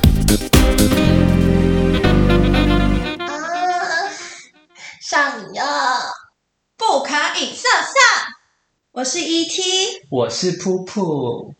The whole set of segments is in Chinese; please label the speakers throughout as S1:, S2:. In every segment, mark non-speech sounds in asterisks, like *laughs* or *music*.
S1: *laughs* 我是 E ET，
S2: 我是噗噗，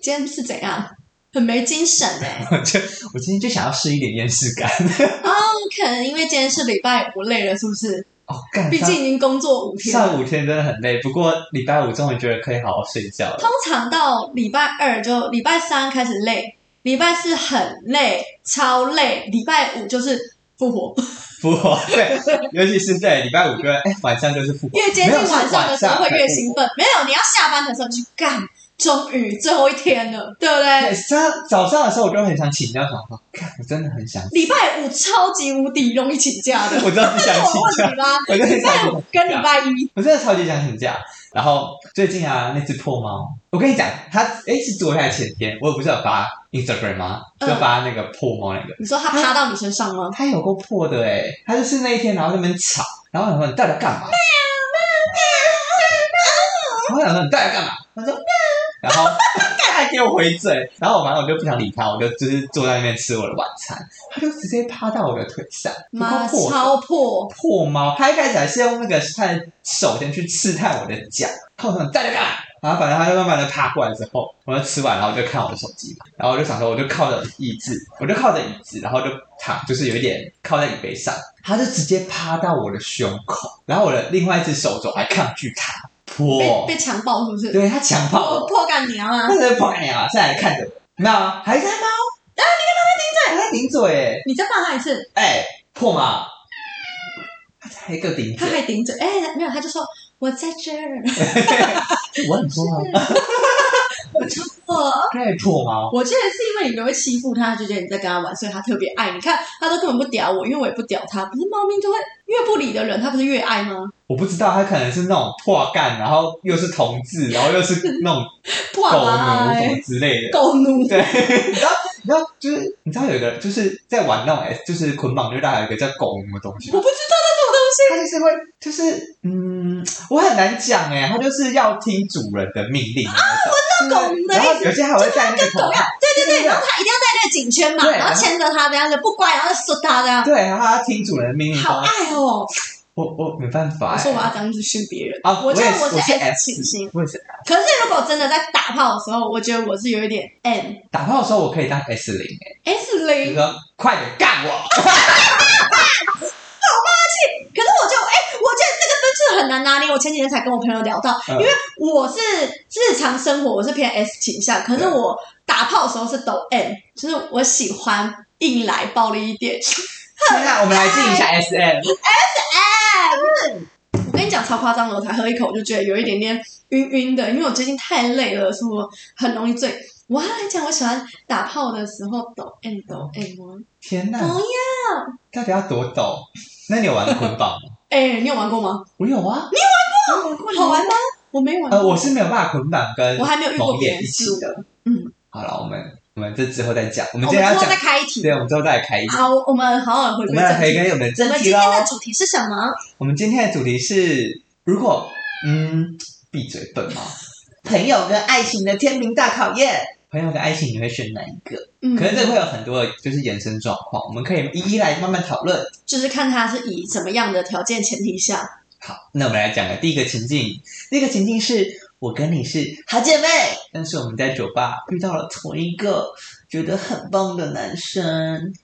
S1: 今天是怎样？很没精神 *laughs* 哎、
S2: 我 *laughs* 就我今天就想要试一点厌世感。 *laughs*
S1: 不可能，因为今天是礼拜五，累了是不是？
S2: 哦，干，
S1: 毕竟已经工作五天
S2: 上
S1: 了。
S2: 上五天真的很累，不过礼拜五终于觉得可以好好睡觉了。
S1: *laughs* 通常到礼拜二就礼拜三开始累，礼拜四很累，超累，礼拜五就是复
S2: *laughs*
S1: 活，
S2: 复活，对，尤其是对礼拜五跟哎晚上就是复活，
S1: 越接近
S2: 没有是
S1: 晚上的时候
S2: 晚
S1: 会
S2: 上
S1: 越兴奋。没有，你要下班的时候你去干，终于最后一天了，对不
S2: 哎
S1: 对？
S2: 早早上的时候我就很想请假，想说，看我真的很想， *laughs*
S1: 礼拜五超级无敌容易请假的，
S2: 我知道你想
S1: 但是我
S2: 请
S1: 问 *laughs* 你
S2: 假，
S1: 吗？
S2: 我真的很
S1: 礼拜
S2: 想
S1: 五跟礼拜一
S2: 我真的超级想请假。然后最近啊，那只破猫，我跟你讲，它哎是昨天还是前天，我不是有发 Instagram 吗？就
S1: 嗯
S2: 发那个破猫那个，
S1: 你说他趴到你身上吗？
S2: 它有够破的哎，它就是那一天然后在那边吵，然后我想说你到底要干嘛？然后我想说你到底要干嘛？他说，然后他还给我回嘴，然后我马上我就不想理他，我就就是坐在那边吃我的晚餐，他就直接趴到我的腿上，有
S1: 妈，
S2: 够破的
S1: 超破！
S2: 破猫，他一开始还是用那个他的手先去刺探我的脚，然后我想在干嘛？然后反正他就慢慢的爬过来之后，我就吃完，然后就看我的手机嘛，然后我就想说，我就靠着椅子，我就靠着椅子，然后就躺，就是有一点靠在椅背上，他就直接趴到我的胸口，然后我的另外一只手肘还抗拒他，
S1: 被 *laughs*
S2: 破，
S1: 被强暴是不是？
S2: 对他强暴我 *laughs*
S1: 破破干娘啊！
S2: 他在跑你啊，现在还看着我，那还在吗？啊，你干嘛在顶嘴？还在顶嘴、欸，
S1: 你再骂他一次，
S2: 哎、破嘛，他才一个顶
S1: 他
S2: 嘴，
S1: 还顶嘴。哎、没有，他就说我在这儿，
S2: 我很破啊，
S1: *laughs* 我超破。
S2: 对，破毛，
S1: 我记得是因为你没有被欺负他，就觉得你在跟他玩，所以他特别爱你。看，他都根本不屌我，因为我也不屌他。不是猫咪就会越不理的人，他不是越爱吗？
S2: 我不知道他可能是那种破干，然后又是同
S1: *laughs*
S2: 志，然后又是那种
S1: 破
S2: 狗
S1: 啊
S2: 奴什么之类的。
S1: 狗奴，
S2: 对，你知道，你知道，就是你知道有一个就是在玩那种，哎就是捆绑虐待，有一个叫狗奴的东西
S1: 我。不知道那
S2: 他就是会，就是嗯，我很难讲哎，他就是要听主人的命令啊，
S1: 懂
S2: 我
S1: 狗奴的
S2: 然
S1: 意
S2: 后
S1: 思
S2: 有些还会戴那个
S1: 种东西，跟狗一样
S2: 头套，。
S1: 对对
S2: 对
S1: 对，然后他一定要在那个警圈嘛，
S2: 对
S1: 然后牵着他，这样子不乖，然后就说他这样，
S2: 对，然后他听主人的命令。
S1: 好爱哦。
S2: 我我没办
S1: 我
S2: 法哎
S1: 说我。要这样子训别人，
S2: 啊，
S1: 我觉得
S2: 也是，我
S1: 是
S2: 是
S1: S 倾向。
S2: 我也是。
S1: 可是如果真的在打炮的时候，我觉得我是有一点 M
S2: 打炮的时候我可以当 S 零哎，
S1: S
S2: 你
S1: 零，
S2: 说快点干我，
S1: 可是我就哎、我觉得这个分寸很难拿捏。我前几天才跟我朋友聊到，
S2: 嗯
S1: 因为我是日常生活我是偏 S 倾向，可是
S2: 对
S1: 我打炮的时候是抖 M，就是我喜欢硬来暴力一点。
S2: 天啊，我们来进一下 S M，
S1: 我跟你讲超夸张的，我才喝一口我就觉得有一点点晕晕的，因为我最近太累了，所以我很容易醉。我要来讲，我喜欢打炮的时候抖 M 抖 M 吗？
S2: 天
S1: 不
S2: 哪，
S1: 要！
S2: 到底要多抖？那你有玩捆绑吗？
S1: 哎、你有玩过吗？
S2: *laughs* 我有啊，
S1: 好玩吗？我没玩过。
S2: 呃，我是没有办法捆绑跟
S1: 我还没有遇过
S2: 蒙
S1: 别
S2: 眼
S1: 人
S2: 一起嗯
S1: 是的。
S2: 好了，我们我们这之后再讲，我们
S1: 我
S2: 今
S1: 们
S2: 天
S1: 之后
S2: 要讲
S1: 再，开一题
S2: 对，。我们之后再来开一集，
S1: 好，我们好好回
S2: 我
S1: 归
S2: 们来
S1: 正
S2: 回
S1: 题。
S2: 归我们的
S1: 我
S2: 正
S1: 们
S2: 题
S1: 今天的
S2: 喽。
S1: 主题是什么？
S2: 我们今天的主题是，如果嗯，闭嘴笨猫，朋友跟爱情的天平大考验。朋友跟爱情你会选哪一个？
S1: 嗯，
S2: 可能这会有很多的就是衍生状况，我们可以一一来慢慢讨论。
S1: 就是看他是以什么样的条件前提下。
S2: 好，那我们来讲个第一个情境。第一个情境是我跟你是好姐妹，但是我们在酒吧遇到了同一个觉得很棒的男生，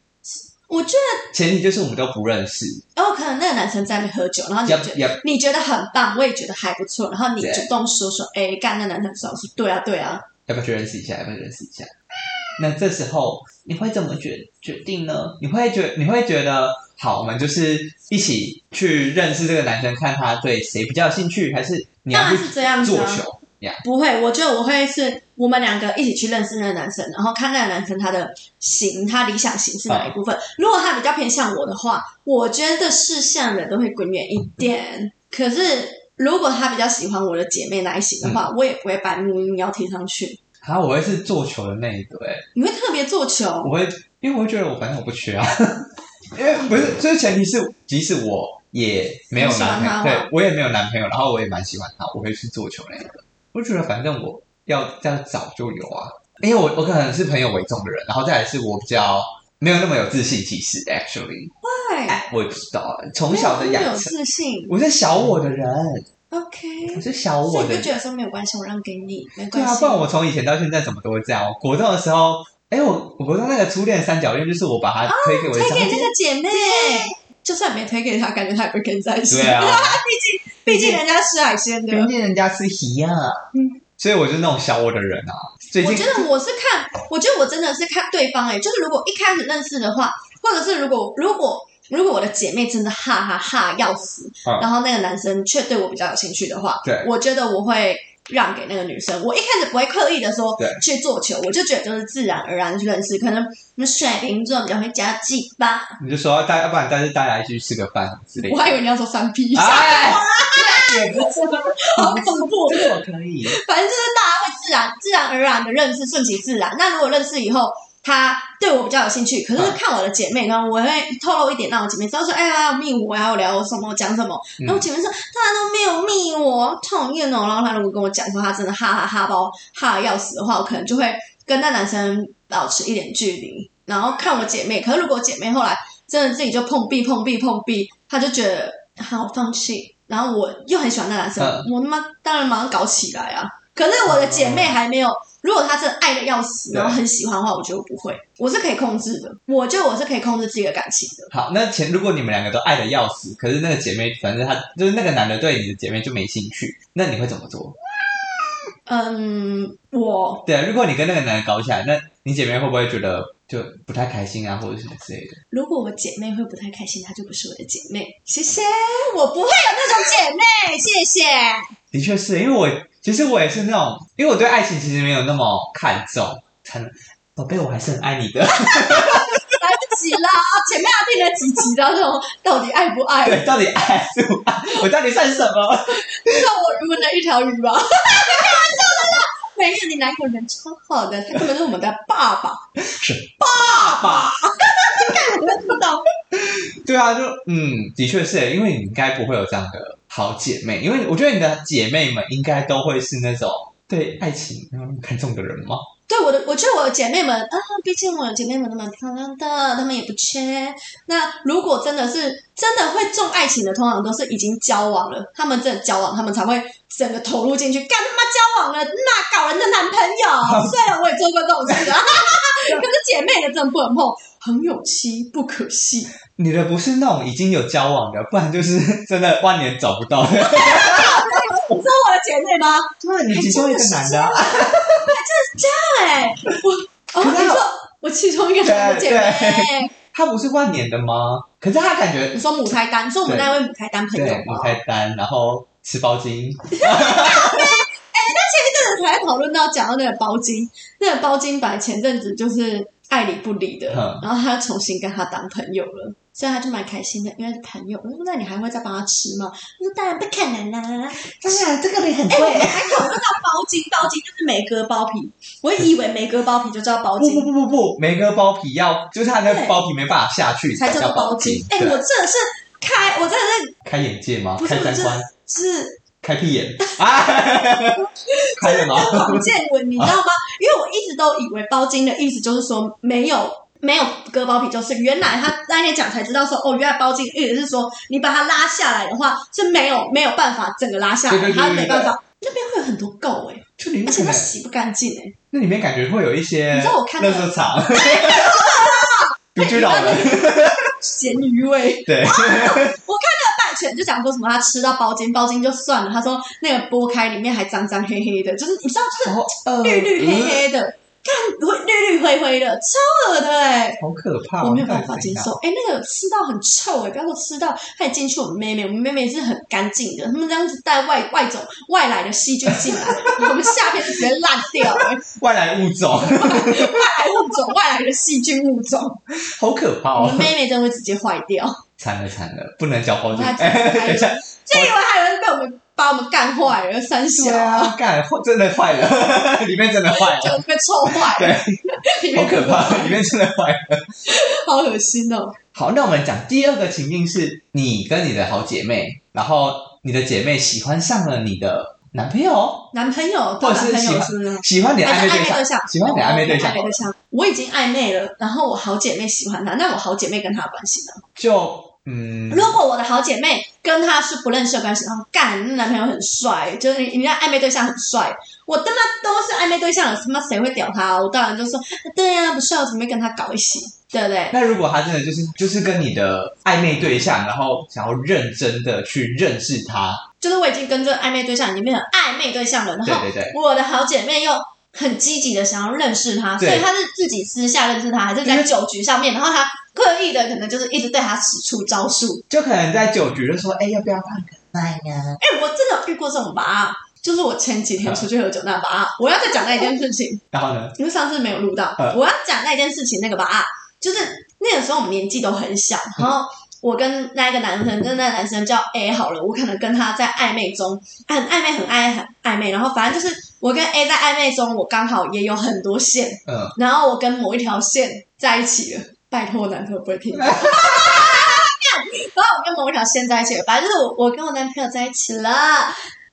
S1: 我觉
S2: 前提就是我们都不认识。
S1: 得哦，可能那个男生在那边喝酒，然后你就
S2: 要
S1: 觉得。
S2: 要
S1: 你觉得很棒，我也觉得还不错，然后你
S2: 对
S1: 主动说说，哎，干那男生很帅，我说对啊对啊，
S2: 要不要去认识一下？要不要去认识一下？那这时候你会怎么决决定呢？你会觉你会觉得好，我们就是一起去认识这个男生，看他对谁比较有兴趣，还是你
S1: 当
S2: 要
S1: 然
S2: 去
S1: 是这样子
S2: 做
S1: 啊，
S2: 球？
S1: 不会，我觉得我会是我们两个一起去认识那个男生，然后看那个男生他的型，他理想型是哪一部
S2: 嗯
S1: 分。如果他比较偏向我的话，我觉得是向人都会滚远一点。可是如果他比较喜欢我的姐妹那一型的
S2: 嗯
S1: 话，我也不会把目音要贴上去。
S2: 然后我会是做球的那一个、欸，
S1: 你会特别做球，
S2: 我会，因为我会觉得我反正我不缺啊， *laughs* 因为不是，就是前提是，即使我也没有
S1: 很
S2: 男
S1: 喜欢他吗
S2: 朋友，对我也没有男朋友，然后我也蛮喜欢他，我会去做球那个。我觉得反正我要要找就有啊，因为我我可能是朋友为重的人，然后再来是我比较没有那么有自信，其实 actually，
S1: 对，
S2: 哎，我也不知道啊，从小的
S1: 没有
S2: 养
S1: 有
S2: 成，
S1: 自信。
S2: 我是小我的人，
S1: OK，
S2: 我是小
S1: 所
S2: 我
S1: 以你
S2: 的
S1: 就觉得说没有关系，我让给你，没
S2: 对
S1: 关
S2: 啊，
S1: 系。
S2: 不然我从以前到现在怎么都会这样。我国中的时候，哎，我我国中那个初恋三角恋，就是我把它推给我的
S1: 哦推
S2: 小、
S1: 给那个姐妹，就算没推给她，感觉她也不会跟你在一起。
S2: 啊对啊
S1: *laughs* 毕竟人家吃海鲜的。
S2: 跟见人家吃鱼啊，
S1: 嗯
S2: 所以我就是那种小我的人啊。最
S1: 我觉
S2: 近
S1: 得我是看，我觉得我真的是看对方哎、就是如果一开始认识的话，或者是如果如果如果我的姐妹真的哈哈哈要死，
S2: 嗯
S1: 然后那个男生却对我比较有兴趣的话，
S2: 对
S1: 我觉得我会让给那个女生。我一开始不会刻意的说
S2: 对
S1: 去做球，我就觉得就是自然而然地去认识。可能我们水瓶座比较会加鸡巴，
S2: 你就说啊大，要不然但是大家一起去吃个饭之类
S1: 我
S2: 的。
S1: 还以为你要说三 P， *laughs*
S2: 哎，也不是，
S1: 好恐怖。
S2: 这个我可以。
S1: 反正就是大家会自然、自然而然的认识，顺其自然。那如果认识以后，他对我比较有兴趣，可是
S2: 嗯
S1: 看我的姐妹呢，我会透露一点让我姐妹知道说，哎呀，密我呀，要聊我什么，讲什么。
S2: 嗯
S1: 然后我姐妹说，他都没有密我，讨厌哦。然后他如果跟我讲说他真的哈哈哈把我哈的要死的话，我可能就会跟那男生保持一点距离，然后看我姐妹。可是如果我姐妹后来真的自己就碰壁、碰壁、碰壁，她就觉得好我放弃。然后我又很喜欢那男生，
S2: 嗯
S1: 我他妈当然马上搞起来啊！可是我的姐妹还没有，如果她真的爱的要死，
S2: 哦对
S1: 然后很喜欢的话，我觉得我不会，我是可以控制的。我觉得我是可以控制自己的感情的。
S2: 好，那前如果你们两个都爱的要死，可是那个姐妹，反正她就是那个男的对你的姐妹就没兴趣，那你会怎么做？
S1: 嗯，我
S2: 对啊，如果你跟那个男的搞起来，那你姐妹会不会觉得就不太开心啊，或者什么之类的？
S1: 如果我姐妹会不太开心，她就不是我的姐妹。谢谢，我不会有那种姐妹，谢谢。
S2: 的确是因为我，其实我也是那种，因为我对爱情其实没有那么看重，才能宝贝，我还是很爱你的。
S1: 来不及啦，前面要定了几集的那种，到底爱不爱？
S2: *laughs* 对，到底爱是不爱？我到底算什么？
S1: 让我鱼的一条鱼吧。 *laughs* 没有，你男友人超好的，他根本就是我们的爸爸。 *laughs*
S2: 爸爸。
S1: 我都不懂，
S2: *laughs* 对啊，就嗯，的确是，因为你应该不会有这样的好姐妹，因为我觉得你的姐妹们应该都会是那种对爱情没有那么看重的人嘛。
S1: 对我的，我觉得我的姐妹们啊，毕竟我的姐妹们都蛮漂亮的，她们也不缺。那如果真的是真的会重爱情的，通常都是已经交往了，她们真的交往，她们才会整个投入进去。干他妈交往了，那搞人的男朋 *laughs* 友，虽然我也做过这种 *laughs* 事啊，可是姐妹的真的不能碰，很有妻不可戏。
S2: 你的不是那种已经有交往的，不然就是 *laughs* 真的万年找不到的。
S1: 你知道我的姐妹吗？
S2: 对，你其中一个男的啊、
S1: 对，我
S2: 可
S1: 哦，
S2: 是
S1: 你说我其中一个我姐妹，
S2: 他不是万年的吗？可是他感觉
S1: 你说母胎单，你说我们那位母胎单朋友
S2: 对母啊
S1: 吗？
S2: 胎单，然后吃包金，
S1: 那阵子才讨论到讲到那个包金，那个包金本来前阵子就是爱理不理的，
S2: 嗯
S1: 然后他又重新跟他当朋友了。所以他就蛮开心的，因为是朋友。我说：“那你还会再帮他吃吗？”他说：“当然不可能啦、
S2: 当然这个人很
S1: 哎、我们还讨论到包金，包金就是梅哥包皮。我以为梅哥包皮就叫包
S2: 不
S1: 金
S2: 不，不不不，每个包皮要就是他那个
S1: 对
S2: 包皮没办法下去，
S1: 才叫
S2: 叫
S1: 做包金
S2: 金。。
S1: 哎、
S2: 对
S1: 我真的是开，我真的是
S2: 开眼界吗？
S1: 不是
S2: 开三观。
S1: 是
S2: 开屁
S1: *laughs*
S2: 眼啊！开了吗？
S1: 王建文，你知道吗？因为我一直都以为包金的意思就是说没有没有割包皮，就是原来他那天讲才知道说哦，原来包金的意思是说你把它拉下来的话是没有没有办法整个拉下
S2: 对
S1: 来，
S2: 对对
S1: 它
S2: 对
S1: 没
S2: 对
S1: 办法。那边会有很多垢哎、
S2: 就里面
S1: 而且
S2: 可
S1: 它
S2: 能，
S1: 洗不干净哎。
S2: 那里面感觉会有一些，
S1: 你知道我看到
S2: 垃
S1: *laughs*
S2: 圾场，独居老人，
S1: 咸鱼味，
S2: 对，
S1: 半全就讲说什么他吃到包金，包金就算了。他说那个剥开里面还脏脏黑黑的，就是你知道，就是
S2: 后呃
S1: 绿绿黑，黑的，看会绿绿灰灰的，超恶的哎、
S2: 好可怕，
S1: 我没有办法
S2: 哦到底
S1: 接
S2: 怎样
S1: 受。。哎、那个吃到很臭哎、不要说吃到，它也进去我们妹妹，我们妹妹是很干净的，他们这样子带外外种外来的细菌进来，我们下片就直接烂掉、哎
S2: 外来物
S1: *laughs*
S2: 种，
S1: 外来物种，外来的细菌物种，
S2: 好可怕
S1: *laughs* 我们
S2: 哦！
S1: 妹妹真的会直接坏掉。
S2: 惨了惨了，不能交包
S1: 我
S2: 金。
S1: 还
S2: *laughs* 哎等一下，
S1: 就以为还有人被我们把我们干坏了，三小
S2: 对。啊，干，真的坏了， *laughs* 里面真的坏
S1: 就
S2: 了，
S1: 被臭坏了， *laughs* 里
S2: 好
S1: 面
S2: 可怕，里面真的坏了。
S1: 好恶心哦！
S2: 好，那我们讲第二个情境是你跟你的好姐妹，然后你的姐妹喜欢上了你的男朋友。
S1: 男朋友，
S2: 或者是
S1: 男朋
S2: 喜
S1: 友
S2: 欢
S1: 是不是？
S2: 喜欢你的暧
S1: 还
S2: 昧
S1: 是暧昧
S2: 对
S1: 对
S2: 象
S1: 象，，
S2: 喜欢你的暧昧对
S1: 暧
S2: 象
S1: 昧，对象，我已经暧昧了，然后我好姐妹喜欢他，那我好姐妹跟他有关系呢？
S2: 就嗯，
S1: 如果我的好姐妹跟他是不认识的关系，然后干那男朋友很帅，就是你人家暧昧对象很帅，我他妈都是暧昧对象，他妈谁会屌他、啊？我当然就说，对呀、不是啊，我怎么没跟他搞一起？对不对？
S2: 那如果他真的就是就是跟你的暧昧对象，然后想要认真的去认识他，
S1: 就是我已经跟这个暧昧对象已经变成暧昧对象了，然
S2: 对
S1: 后
S2: 对对，
S1: 我的好姐妹又很积极的想要认识他，所
S2: 对
S1: 以她是自己私下认识他，还是
S2: 因
S1: 在
S2: 为
S1: 酒局上面，然后她刻意的可能就是一直对他使出招数，
S2: 就可能在酒局就说，哎、要不要换个麦呀？
S1: 哎、我真的有遇过这种吧，就是我前几天出去喝酒那吧，我要再讲那一件事
S2: *laughs*
S1: 情，
S2: 然后呢，
S1: 因为上次没有录到
S2: 嗯，
S1: 我要讲那一件事情那个吧，就是那个时候我们年纪都很小，然后。我跟那一个男生，跟那个男生叫 A 好了，我可能跟他在暧昧中，很暧昧，很暧，很暧昧。然后反正就是我跟 A 在暧昧中，我刚好也有很多线，
S2: 嗯，
S1: 然后我跟某一条线在一起了。拜托，我男朋友不会听到。 *laughs* 然后我跟某一条线在一起了，反正就是我我跟我男朋友在一起了。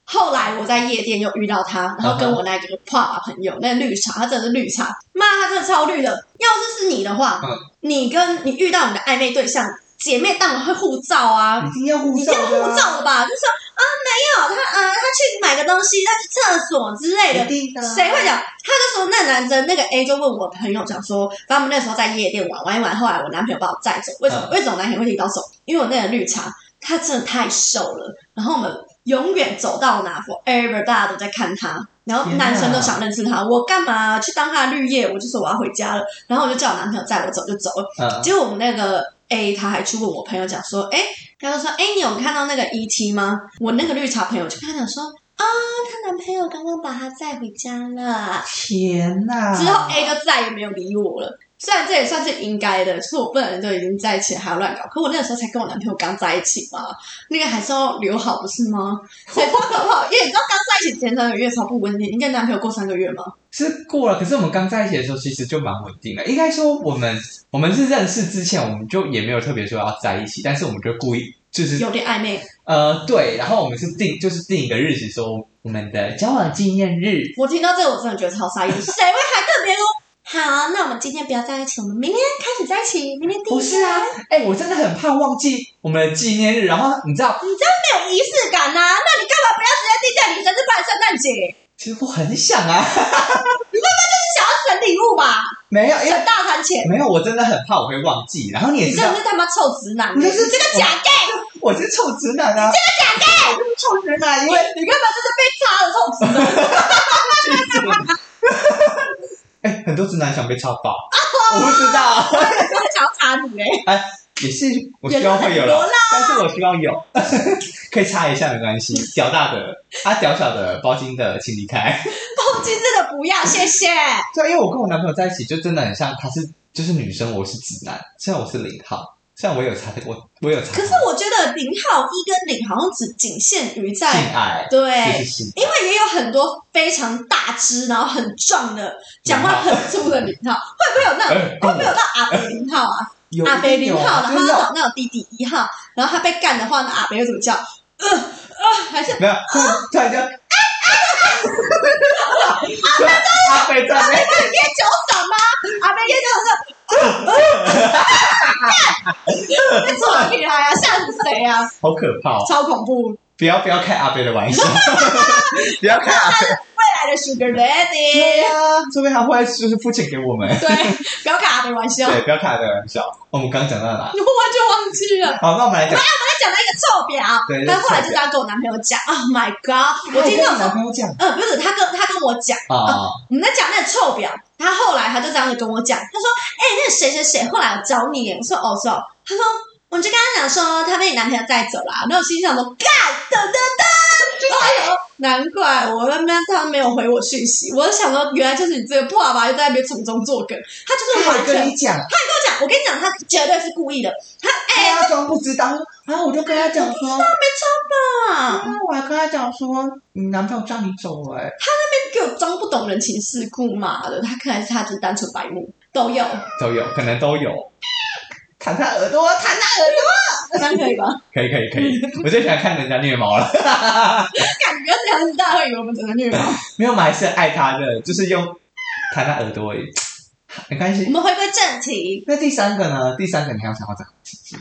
S1: 后来我在夜店又遇到他，然后跟我那个泡朋友，那绿茶，他真的是绿茶，妈，他真的超绿的。要是是你的话，
S2: 嗯
S1: 你跟你遇到你的暧昧对象，姐妹当然会互照啊，
S2: 一定要互
S1: 你这
S2: 照
S1: 样护
S2: 的、啊，
S1: 照了吧？就说啊，没有他，呃，他去买个东西，他去厕所之类的
S2: 一，定的啊，
S1: 谁会讲？他就说那男生那个 A 就问我朋友讲说，反正我们那时候在夜店玩玩一玩，后来我男朋友把我载走，为什么？
S2: 嗯
S1: 为什么我男朋友会提到手？因为我那个绿茶他真的太瘦了，然后我们永远走到哪，forever 大家都在看他。然后
S2: 天哪
S1: 男生都想认识他，我干嘛去当他的绿叶？我就说我要回家了，然后我就叫我男朋友载我走就走了。
S2: 嗯，
S1: 结果我们那个 A 他还去问我朋友讲说，哎，他就说，哎，你有看到那个 ET 吗？我那个绿茶朋友就跟他讲说，啊，她男朋友刚刚把她载回家了。
S2: 啊天哪、
S1: 之后哎 A 就再也没有理我了。虽然这也算是应该的，就是我不能就已经在一起还要乱搞。可我那个时候才跟我男朋友刚在一起嘛，那个还是要留好不是吗？所以不可怕，因为你知道刚在一起前三个月超不稳定。你跟男朋友过三个月吗？
S2: 是过了，可是我们刚在一起的时候，其实就蛮稳定的。应该说，我们我们是认识之前，我们就也没有特别说要在一起，但是我们就故意就是
S1: 有点暧昧。
S2: 呃对，然后我们是定就是定一个日期，说我们的交往纪念日。
S1: 我听到这个我真的觉得超傻眼，
S2: *laughs*
S1: 谁会还特别说好？那我们今天不要在一起，我们明天开始在一起，明天第一
S2: 不是啊，哎、我真的很怕忘记我们的纪念日。然后你知道，
S1: 你这样没有仪式感呐、那你干嘛不要直接定在你生日办圣诞节？
S2: 其实我很想啊， *laughs*
S1: 想要省礼物吧，
S2: 没有，因为
S1: 省大餐钱。
S2: 没有，我真的很怕我会忘记。然后哎你也
S1: 你
S2: 知
S1: 真
S2: 道
S1: 的，是他妈臭直男、欸
S2: 你
S1: 你
S2: 这
S1: 这是
S2: 是
S1: 个假 gay，
S2: 我是臭直男啊，这个假的，我就是臭直男，因为
S1: 你干嘛就是被插的臭直男？
S2: *laughs* 哎、很多直男想被插
S1: *laughs*
S2: 爆，
S1: 哦
S2: 我不知道。
S1: 真的想要插你哎、
S2: *laughs* 也是，我希望会有
S1: 人很多
S2: 了，但是我希望有， *laughs* 可以擦一下没关系。屌大的啊，屌小的，包金的，请离开。
S1: 后期真的不要，谢谢。
S2: *laughs* 对，啊因为我跟我男朋友在一起，就真的很像，他是就是女生，我是直男，虽然我是零号，虽然我有擦，我我有擦
S1: 可是我觉得零号一跟零好像只仅限于
S2: 性
S1: 在
S2: 爱，就
S1: 对
S2: 是。性
S1: 因为也有很多非常大只，然后很壮的，讲话很粗的零号，会不会有那种
S2: 哎
S1: 会不会有那阿北零号啊？
S2: 有啊
S1: 阿北零号，然后
S2: 真
S1: 那
S2: 的
S1: 种那种弟弟一号，然后他被干的话，那阿北又怎么叫？呃呃，还是
S2: 没有，突然突然就，阿飞在那边，
S1: 那烟酒嗓吗？阿北烟酒嗓，那吵起来啊，吓死谁啊？
S2: 好可怕哦！
S1: 超恐怖！未
S2: 不要不要开阿飞的玩
S1: *laughs*
S2: 笑，不要开阿飞。
S1: 来的 Sugar
S2: 对
S1: Daddy，
S2: 呀，说不定他会就是付钱给我们。
S1: 对，不要跟阿北玩笑，我
S2: 对，不要开阿飞玩笑。哦我们刚刚讲到哪？
S1: 完全忘记了。
S2: 好，那我们来讲。
S1: 他讲到一个臭婊，
S2: 对，
S1: 但后来就这样跟我男朋友讲，Oh my god！我听到
S2: 我男
S1: 说，
S2: 朋友讲
S1: 呃，不是，他跟他跟我讲，
S2: 啊，
S1: 我们在讲那个臭婊，他后来他就这样子跟我讲，他说，哎、那个谁谁谁后来有找你耶，我说哦是哦，他说。我就跟他讲说，他被你男朋友带走了、然后我心想说，干，噔噔噔，哎呦，难怪我他妈他没有回我讯息，我就想说，原来就是你这个破爸爸又在那边从中作梗，他就是
S2: 他
S1: 完
S2: 有
S1: 全，
S2: 哎跟
S1: 跟我
S2: 你讲，
S1: 讲，我跟你讲，他绝对是故意的，他哎、
S2: 他装不知道。然后我就跟他讲说，
S1: 啊
S2: 啊，我还跟他讲说，你男朋友叫你走了，哎，
S1: 给我装不懂人情世故嘛的，他看来是他就是单纯白目都 *laughs* 有，
S2: 都有可能都有。弹他耳朵，弹他耳朵，
S1: 这样可以吧？
S2: 可以可以可以， *laughs* 我最喜欢看人家虐猫了。
S1: *laughs* 感觉这样子 *laughs* 大家会以为我们真的虐猫。
S2: 没有，我们还是爱他的，就是用弹他耳朵而已。没关
S1: 我
S2: 系。
S1: 们回归正题，
S2: 那第三个呢？第三个你还有想要讲？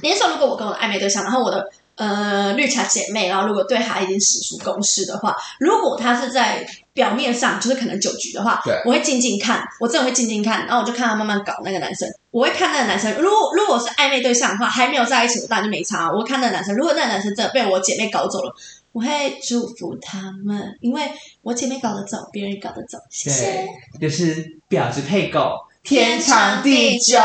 S1: 你是说如果我跟我的暧昧对象，然后我的呃绿茶姐妹，然后如果对她已经使出攻势的话，如果她是在表面上就是可能酒局的话
S2: 对，
S1: 我会静静看，我真的会静静看，然后我就看她慢慢搞那个男生，我会看那个男生。如果如果我是暧昧对象的话，还没有在一起，我当然就没差，我会看那个男生。如果那个男生真的被我姐妹搞走了。我会祝福他们，因为我姐妹搞得走，别人搞得走。谢谢
S2: 对。，就是婊子配狗，
S1: 天长地久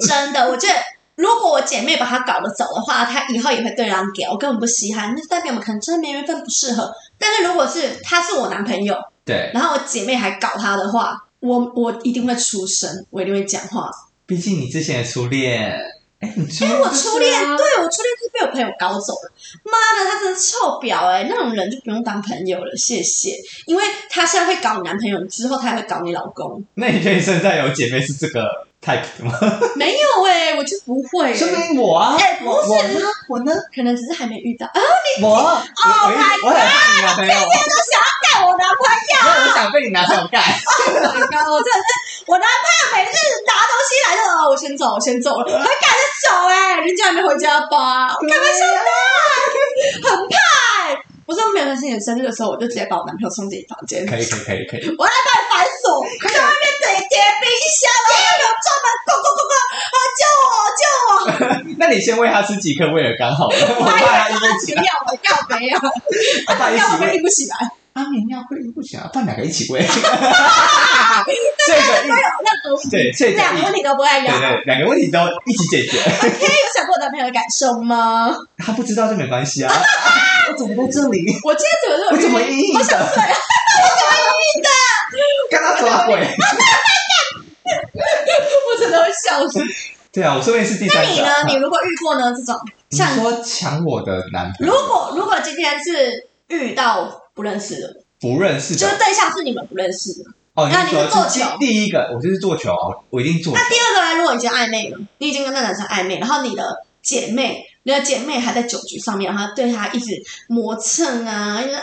S1: 真的，我觉得如果我姐妹把她搞得走的话，她以后也会对人屌，我根本不稀罕。那代表我们可能真的没缘分，不适合。但是如果是他是我男朋友，
S2: 对，
S1: 然后我姐妹还搞他的话，我我一定会出声，我一定会讲话。
S2: 毕竟你之前的初恋，哎，你初
S1: 因
S2: 恋
S1: 为我
S2: 就是
S1: 初恋，
S2: 啊
S1: 对我初恋嗯是被我朋友搞走了。妈的，他真的臭婊哎、那种人就不用当朋友了，谢谢。因为他现在会搞你男朋友，之后他也会搞你老公。
S2: 那你觉得你现在有姐妹是这个 type 的吗？
S1: *laughs* 没有哎、我就不会、
S2: 说
S1: 欸，
S2: 明我啊，
S1: 哎不
S2: 我
S1: 是哦
S2: 我呢，我呢，
S1: 可能只是还没遇 *laughs* 到。
S2: 我，我我我很爱你男朋友，
S1: 我都想要干我男朋
S2: 因为我想被你男朋友干。
S1: 友，刚我真的是，我男朋友每次拿东西来就哦，我先走，我先走了，我还赶着走哎、人家还没回家吧？我开玩笑的，很怕、欸。我说没有关系，你生日的时候我就直接把我男朋友送进你房间，
S2: 可以可以可以可以，
S1: 我要带反锁，在外面等叠冰箱，然后有专门咣咣咣咣啊救我救我！
S2: 那你先喂他吃几颗威尔刚好了，我
S1: 我还以
S2: 怕他
S1: 为
S2: 硬
S1: 他
S2: 不
S1: 很
S2: 起
S1: 奇
S2: 来，
S1: 妙，我告没有，
S2: 我怕一
S1: 要哎
S2: 起
S1: 我
S2: 喂，
S1: 硬不起来，
S2: 阿明尿会硬不起来，不然两个一起喂。这个
S1: 都
S2: 一
S1: 有那种
S2: 对这个
S1: 两个
S2: 一
S1: 问题都不太一
S2: 对
S1: 样。
S2: 对，两个问题都一起解决。
S1: 你有想过我男朋友的感受吗？
S2: 他不知道就没关系啊。我怎么在这里？
S1: 我今天怎么
S2: 我
S1: 这
S2: 怎
S1: 么
S2: 么
S1: 晕？
S2: 阴影的？我怎么阴影的？跟他
S1: *laughs*
S2: 抓鬼。
S1: 我真的会笑死。
S2: 对啊，我说的是第
S1: 那
S2: 三
S1: 你
S2: 个
S1: 呢
S2: 啊。？
S1: 你如果遇过呢这种，
S2: 你
S1: 像
S2: 说抢我的男朋
S1: 如
S2: 友，
S1: 果如果今天是遇到不认识的，
S2: 不认识
S1: 就是
S2: 的
S1: 对象是你们不认识的，
S2: 哦，
S1: 那
S2: 你
S1: 你
S2: 说
S1: 是做
S2: 是
S1: 球
S2: 第一个，我就是做球啊，我一定做球。
S1: 那第二个呢？如果已经暧昧了，你已经跟那男生暧昧，然后你的姐妹。你的姐妹还在酒局上面，然后对他一直磨蹭啊，就啊，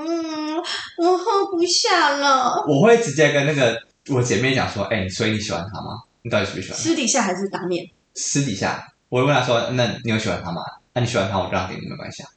S1: 嗯，我喝不下了。
S2: 我会直接跟那个我姐妹讲说，哎、所以你喜欢他吗？你到底喜不喜欢他？
S1: 私底下还是当面？
S2: 私底下我会问她说，那你有喜欢他吗？那、你喜欢他，我让给你没关系啊。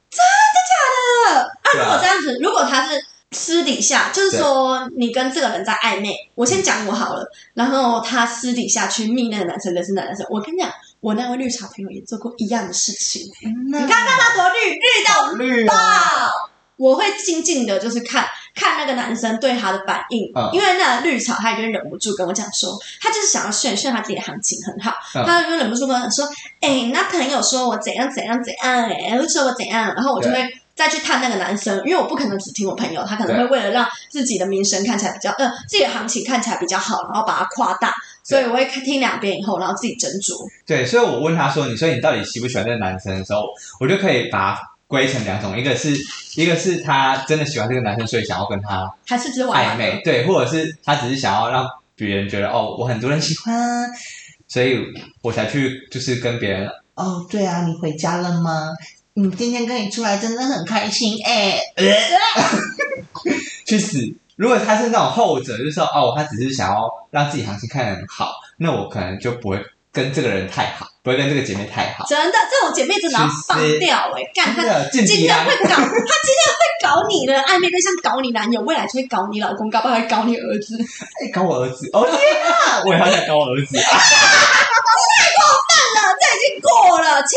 S1: 呃，啊，
S2: 对
S1: 如
S2: 啊
S1: 果这样子，如果他是私底下，就是
S2: 对嗯
S1: 说你跟这个人在暧昧，我先讲我好了，然后他私底下去密那个男生，认识那个男生，我跟你讲，我那位绿茶朋友也做过一样的事情，
S3: 嗯
S1: 你
S2: 你
S1: 看看他多绿，绿到
S2: 绿啊，
S1: 爆。我会静静的，就是看看那个男生对他的反应，
S2: 嗯
S1: 因为那个绿茶他已经忍不住跟我讲说，他就是想要炫炫他自己的行情很好，
S2: 嗯
S1: 他就忍不住跟我讲说，哎、那朋友说我怎样怎样怎样、欸，哎，又说我怎样，然后我就会再去探那个男生，因为我不可能只听我朋友，他可能会
S2: 对
S1: 为了让自己的名声看起来比较，呃，自己的行情看起来比较好，然后把它夸大，所以我会听两遍以后，然后自己斟酌。
S2: 对，所以我问她说，你所以你到底喜不喜欢这个男生的时候，我就可以把它归成两种，一个是一个是她真的喜欢这个男生，所以想要跟他
S1: 还是只是玩玩
S2: 暧昧，对，或者是她只是想要让别人觉得哦，我很多人喜欢，所以我才去就是跟别人
S3: 哦，对啊，你回家了吗？嗯，今天跟你出来真的很开心哎、
S2: 去死。如果他是那种后者，就是说哦，他只是想要让自己行情看得很好，那我可能就不会跟这个人太好，不会跟这个姐妹太好。
S1: 真的，这种姐妹真的要放掉哎、干她
S2: 真的，进
S1: 今
S2: 敌
S1: 天
S2: 啊
S1: 会！搞，她今天会搞你的暧昧对象，搞你男友，未来就会搞你老公，搞不好还搞你儿子。
S2: 哎，搞我儿子！哦天啊， *laughs* 我也好想搞我儿子。
S1: 算了，这已经过了，亲，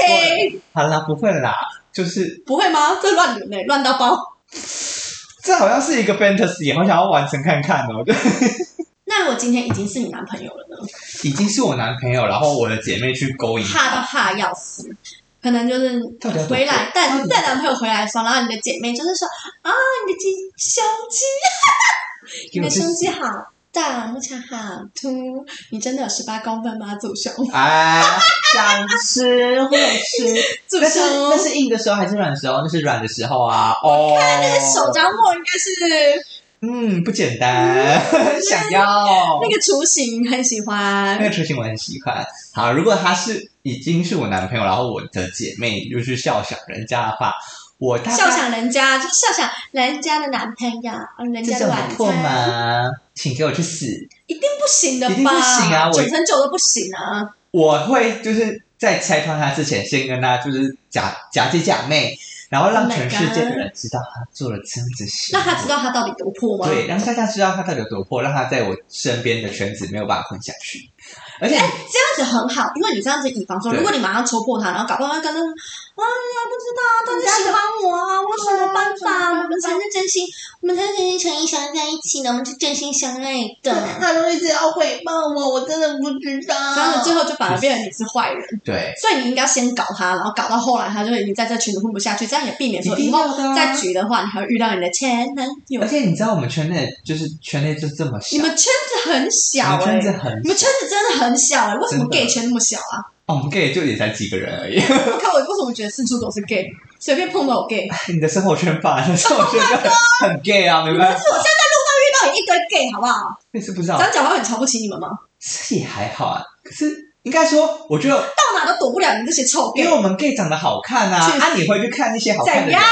S2: 好啦，不会啦，就是
S1: 不会吗？这乱伦哎、乱到爆。
S2: 这好像是一个 fantasy，好想要完成看看哦。 *laughs* 就
S1: 那如果今天已经是你男朋友了呢？
S2: 已经是我男朋友，然后我的姐妹去勾引，
S1: 怕到怕得要死，可能就是
S2: 到底要多
S1: 回来带
S2: 到底
S1: 带男朋友回来的时候，然后你的姐妹就是说啊，你的鸡胸肌，你的胸肌好大，牧场好凸，你真的有十八公分吗？祖雄，
S2: 哎，
S1: *laughs*
S3: 想嗯吃会吃，
S1: 祖
S2: 那是
S1: 雄
S2: 那。是硬的时候还是软的时候？那是软的时候啊！哦，
S1: 那个手掌握应该是
S2: 嗯，不简单， *laughs* 想要
S1: 嗯那个雏形，很喜欢
S2: 那。个雏形我很喜欢。好，如果他是已经是我男朋友，然后我的姐妹又去笑想人家的话，我大概
S1: 笑想人家，就是笑想人家的男朋友，人
S2: 这
S1: 家
S2: 叫
S1: 的
S2: 打
S1: 晚
S2: 破
S1: 餐。
S2: 吗？请给我去死！
S1: 一定不行的吧？
S2: 一定不行啊我
S1: 九成九都不行啊！
S2: 我会就是在拆穿他之前，先跟他就是假假姐假妹，然后让
S1: Oh my
S2: 全世界的人知道他做了这样子事。
S1: 那他知道他到底多破吗？
S2: 对，让大家知道他到底有多破，让他在我身边的圈子没有办法混下去。而且
S1: 哎、这样子很好，因为你这样子以防说，
S2: 对
S1: 如果你马上戳破他，然后搞不好他跟他说，哎呀，不知道啊，大家喜欢我啊，我有什么办法？我们才是真心，我们才是诚意相在一起呢，我们是真心相爱的。啊
S3: 他都一直要回报我，我真的不知道。
S1: 这样子最后就反而变成你是坏人，
S2: 对，
S1: 所以你应该先搞他，然后搞到后来他就已经在这群里混不下去，这样也避免说
S2: 一
S1: 以
S2: 定
S1: 后
S2: 要的啊
S1: 再举的话，你还会遇到你的前男友
S2: 而。且你知道我们圈内就是圈内就这么小，
S1: 你们圈子很小
S2: 我
S1: 哎、
S2: 们圈子很
S1: 你们圈子真的很小哎、为什么
S2: 真的
S1: gay 圈那么小啊？ *laughs*
S2: 哦，我们 gay 就也才几个人而已。 *laughs*
S1: 我靠，我为什么觉得四处都是 gay，随便碰到有 gay？
S2: 你的生活圈吧，你的生活圈就
S1: *laughs*
S2: 很很 gay 啊，没办法。
S1: 遇到一堆 gay 好不好？
S2: 那是不知
S1: 这
S2: 道，
S1: 样讲话很瞧不起你们吗？
S2: 是也还好啊。可是应该说，我觉得
S1: 到哪都躲不了你们这些臭
S2: 因
S1: gay
S2: 为。我们 gay 长得好看啊，
S1: 确实
S2: 啊，你会去看那些好看的人吗。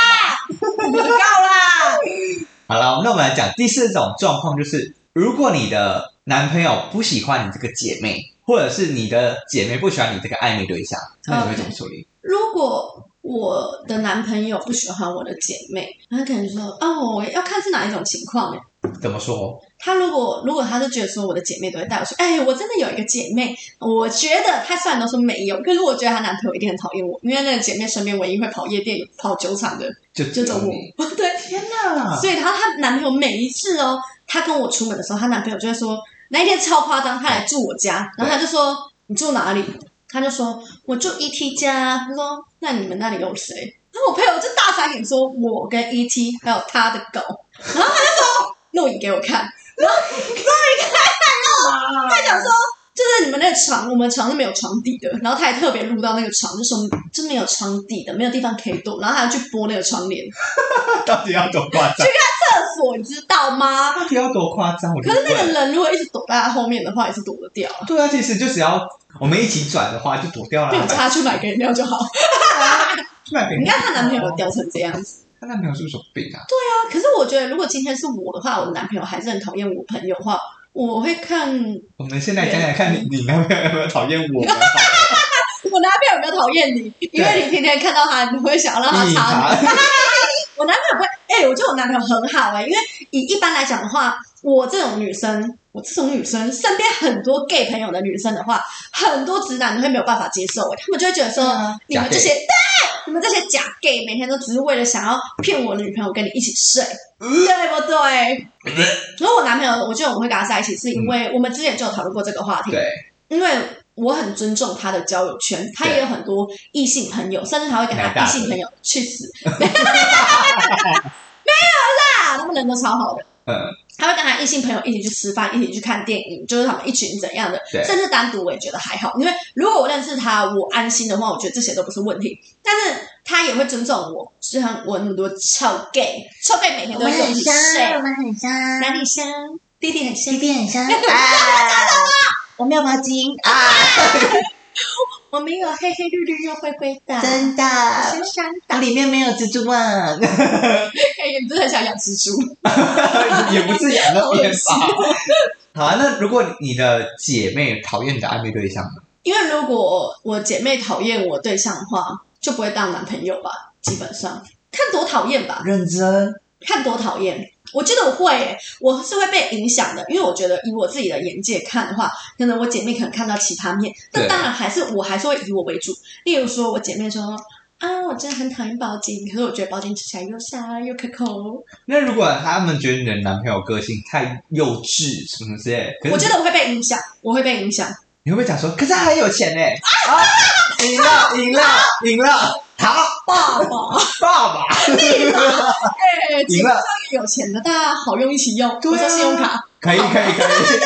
S1: 你们告啦！
S2: *laughs* 好了，那我们来讲第四种状况，就是如果你的男朋友不喜欢你这个姐妹，或者是你的姐妹不喜欢你这个暧昧对象，那你会怎么处理？
S1: 如果我的男朋友不喜欢我的姐妹，他可能说：“哦，我要看是哪一种情况欸
S2: 怎么说？
S1: 他如果如果他是觉得说我的姐妹都会带我去，哎，我真的有一个姐妹，我觉得她虽然都说没有，可是我觉得她男朋友一定很讨厌我，因为那个姐妹身边唯一会跑夜店、跑酒场的
S2: 就
S1: 就
S2: 就
S1: 走我。对，
S3: 天哪！
S1: 所以她她男朋友每一次哦，她跟我出门的时候，她男朋友就会说那一天超夸张，他来住我家，然后他就说你住哪里？他就说我住 ET 家。他说那你们那里有谁？然后我朋友就大傻眼说，我跟 ET 还有他的狗，然后他就说录影给我看。他讲说，就是你们那个床，我们床是没有床底的，然后他还特别录到那个床，就说就没有床底的，没有地方可以躲，然后还要去拨那个窗帘，
S2: *laughs* 到底要多夸张？
S1: 厕所你知道吗？
S2: 到底要多夸张？我觉
S1: 可
S2: 得
S1: 是那个人如果一直躲在他后面的话，也是躲得掉啊。
S2: 对啊，其实就只要我们一起转的话，就躲掉
S1: 对，我
S2: 了
S1: 叫。他去买个饮料就好。
S2: 去买给
S1: 你看她男朋友屌成这样子，
S2: 她男朋友是不是有病啊？
S1: 啊可是我觉得如果今天是我的话，我的男朋友还是很讨厌我朋友的话，我会看我
S2: 我们现在讲讲看，你你男朋友有没有讨厌我们？啊
S1: *laughs* 男朋友有没有讨厌你，因为你天天看到他，你会想要让他
S2: 你
S1: 插你。
S2: 查，
S1: *laughs* 我男朋友不会，哎、我觉得我男朋友很好哎、因为以一般来讲的话，我这种女生，我这种女生身边很多 gay 朋友的女生的话，很多直男都会没有办法接受哎、他们就会觉得说，
S3: 嗯
S1: 你们
S2: 假
S1: 这
S2: gay
S1: 些对，你们这些假 gay 每天都只是为了想要骗我女朋友跟你一起睡，
S2: 嗯
S1: 对不对？然后我男朋友，我觉得我会跟他在一起，是因
S2: 嗯
S1: 为我们之前就有讨论过这个话题，
S2: 对，
S1: 因为我很尊重他的交友圈，他也有很多异性朋友，甚至还会跟
S2: 奶
S1: 他
S2: 大
S1: 异
S2: 的
S1: 性朋友去死。 *laughs* 没有啦，他们人都超好的。
S2: 嗯，
S1: 他会跟他异性朋友一起去吃饭，一起去看电影，就是他们一群怎样的，
S2: 对
S1: 甚至单独我也觉得还好，因为如果我认识他，我安心的话，我觉得这些都不是问题。但是他也会尊重我，虽然我有那么多臭 gay，臭 gay 每天
S3: 我
S1: 都
S3: 们
S1: 会跟我一
S3: 很
S1: 起
S3: 香，
S1: 睡
S3: 我，们很香，
S1: 哪里香？弟弟很香
S3: 弟，弟很香。 *laughs* 啊！我没有毛巾啊！
S1: 我们有黑黑绿绿又灰灰的，
S3: 真的，
S1: 香香的
S3: 我。里面没有蜘蛛网。
S1: 哎、你真的很想养蜘蛛？
S2: *laughs* 也不是养那边吧。 *laughs* 好啊，那如果你的姐妹讨厌你的暧昧对象呢？
S1: 因为如果我姐妹讨厌我对象的话，就不会当男朋友吧，基本上看多讨厌吧，
S3: 认真，
S1: 看多讨厌。我觉得我会、欸，我是会被影响的，因为我觉得以我自己的眼界看的话，可能我姐妹可能看到其他面，但
S2: 对啊
S1: 当然还是我还是会以我为主。例如说，我姐妹说啊，我真的很讨厌包金，可是我觉得包金吃起来又沙又可口，
S2: 那如果他们觉得你的男朋友个性太幼稚什么之类，可是
S1: 我觉得我会被影响，我会被影响。
S2: 你会不会讲说，可是他很有钱呢？啊，赢了，赢了，赢了，好，
S1: 爸 *laughs* 爸，
S2: 爸爸，
S1: 哎、欸，
S2: 赢了
S1: 有钱的大家好用一起用，
S2: 对啊
S1: 我说信用卡，
S2: *laughs* 可以，可以，可 *laughs* 以，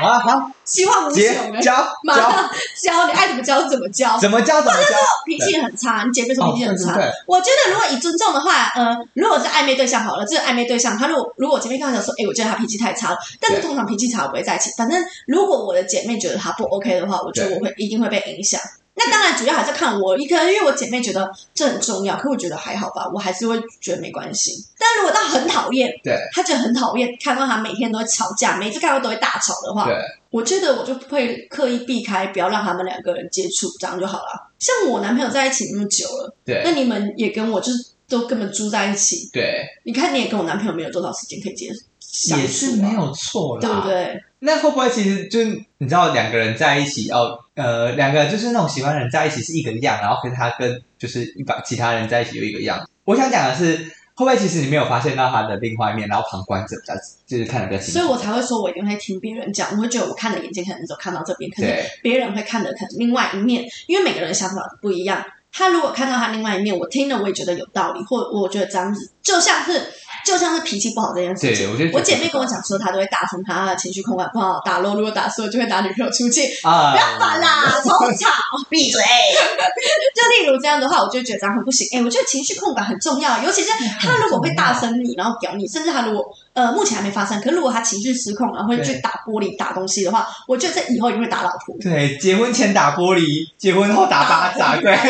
S2: 好啊好，
S1: 希望无
S2: 结
S1: 穷哎、
S2: 交
S1: *laughs* 马
S2: 交，
S1: 上教你爱怎么教怎么教，
S2: 怎么交怎么交。
S1: 脾气很差，你姐妹说
S2: 哦，
S1: 脾气
S2: 对
S1: 很
S2: 对
S1: 差。
S2: 对，
S1: 我觉得如果以尊重的话，呃，如果是暧昧对象好了，这个暧昧对象，他如果如果我姐妹跟他讲说，哎、我觉得他脾气太差了，但是
S2: 对
S1: 通常脾气差我不会在一起。反正如果我的姐妹觉得他不 OK 的话，我觉得
S2: 对
S1: 我会一定会被影响。那当然主要还是看我一个，因为我姐妹觉得这很重要，可我觉得还好吧，我还是会觉得没关系。但如果到很讨厌，
S2: 对，
S1: 她觉得很讨厌，看到她每天都会吵架，每次看到都会大吵的话，
S2: 对，
S1: 我觉得我就会刻意避开，不要让他们两个人接触，这样就好了。像我男朋友在一起那么久了，
S2: 对
S1: 那你们也跟我就是都根本住在一起，
S2: 对，
S1: 你看你也跟我男朋友没有多少时间可以接触，
S2: 也是没，有错啦，
S1: 对不对？
S2: 那会不会其实就是你知道两个人在一起哦，呃，两个就是那种喜欢的人在一起是一个样，然后跟他跟就是一般其他人在一起又一个样。我想讲的是，会不会其实你没有发现到他的另外一面，然后旁观者比较就是看得比较清楚。
S1: 所以我才会说，我一定会听别人讲，我会觉得我看的眼睛可能只有看到这边，可是
S2: 对
S1: 别人会看的可能另外一面，因为每个人想法不一样。他如果看到他另外一面，我听了我也觉得有道理，或我觉得这样子，就像是就像是脾气不好这件事情。
S2: 对，我就觉
S1: *laughs*
S2: 得
S1: 我姐妹跟我讲说，她都会打分，她的情绪控管不好，打漏，如果打输了就会打女朋友出气，
S2: 啊，
S1: 不要烦啦，吵吵。
S3: 闭嘴！
S1: 就例如这样的话，我就觉得这样很不行。哎、我觉得情绪控管很重要，尤其是他如果会大声你，然后屌你，甚至他如果呃目前还没发生，可如果他情绪失控，然后会
S2: 对
S1: 去打玻璃、打东西的话，我觉得这以后一定会打老婆。
S2: 对，结婚前打玻璃，结婚后打巴
S1: *laughs*
S2: 掌，对，
S1: 把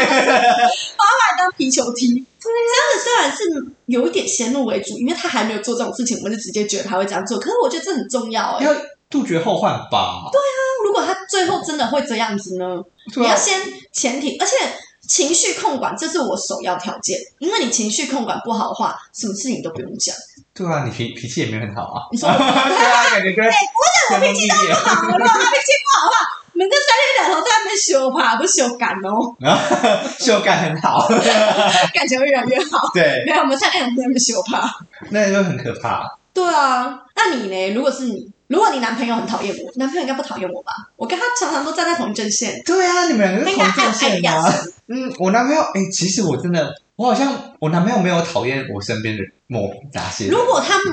S1: 他当皮球踢。这样子虽然是有一点先入为主，因为他还没有做这种事情，我们就直接觉得他会这样做。可是我觉得这很重要、哎，
S2: 要杜绝后患吧。
S1: 那如果他最后真的会这样子呢？
S2: 对
S1: 你要
S2: 啊，
S1: 先前提，而且情绪控管，这是我首要条件。因为你情绪控管不好的话，什么事情都不用讲。
S2: 对啊，你脾脾气也没有很好
S1: *laughs*
S2: 啊。
S1: 你说我
S2: 对啊，感觉跟我
S1: 哎我脾气
S2: 都不好。
S1: 好了，他脾气不好的话， *laughs* 我们这三天两头在那边修吧， *laughs* 不修改哦，
S2: 然 *laughs* 后手感很好， *laughs*
S1: 感情会越来越好。
S2: 对，
S1: 没有，我们三天两头在那边修吧。
S2: 那就很可怕。
S1: 对啊，那你呢？如果是你，如果你男朋友很讨厌我，男朋友应该不讨厌我吧？我跟他常常都站在同一阵线，
S2: 对啊，你们两个
S1: 他应该爱
S2: 是同阵
S1: 爱
S2: 线
S1: 呀
S2: 吗？。嗯，我男朋友，哎、其实我真的，我好像我男朋友没有讨厌我身边的某哪些人。
S1: 如果他们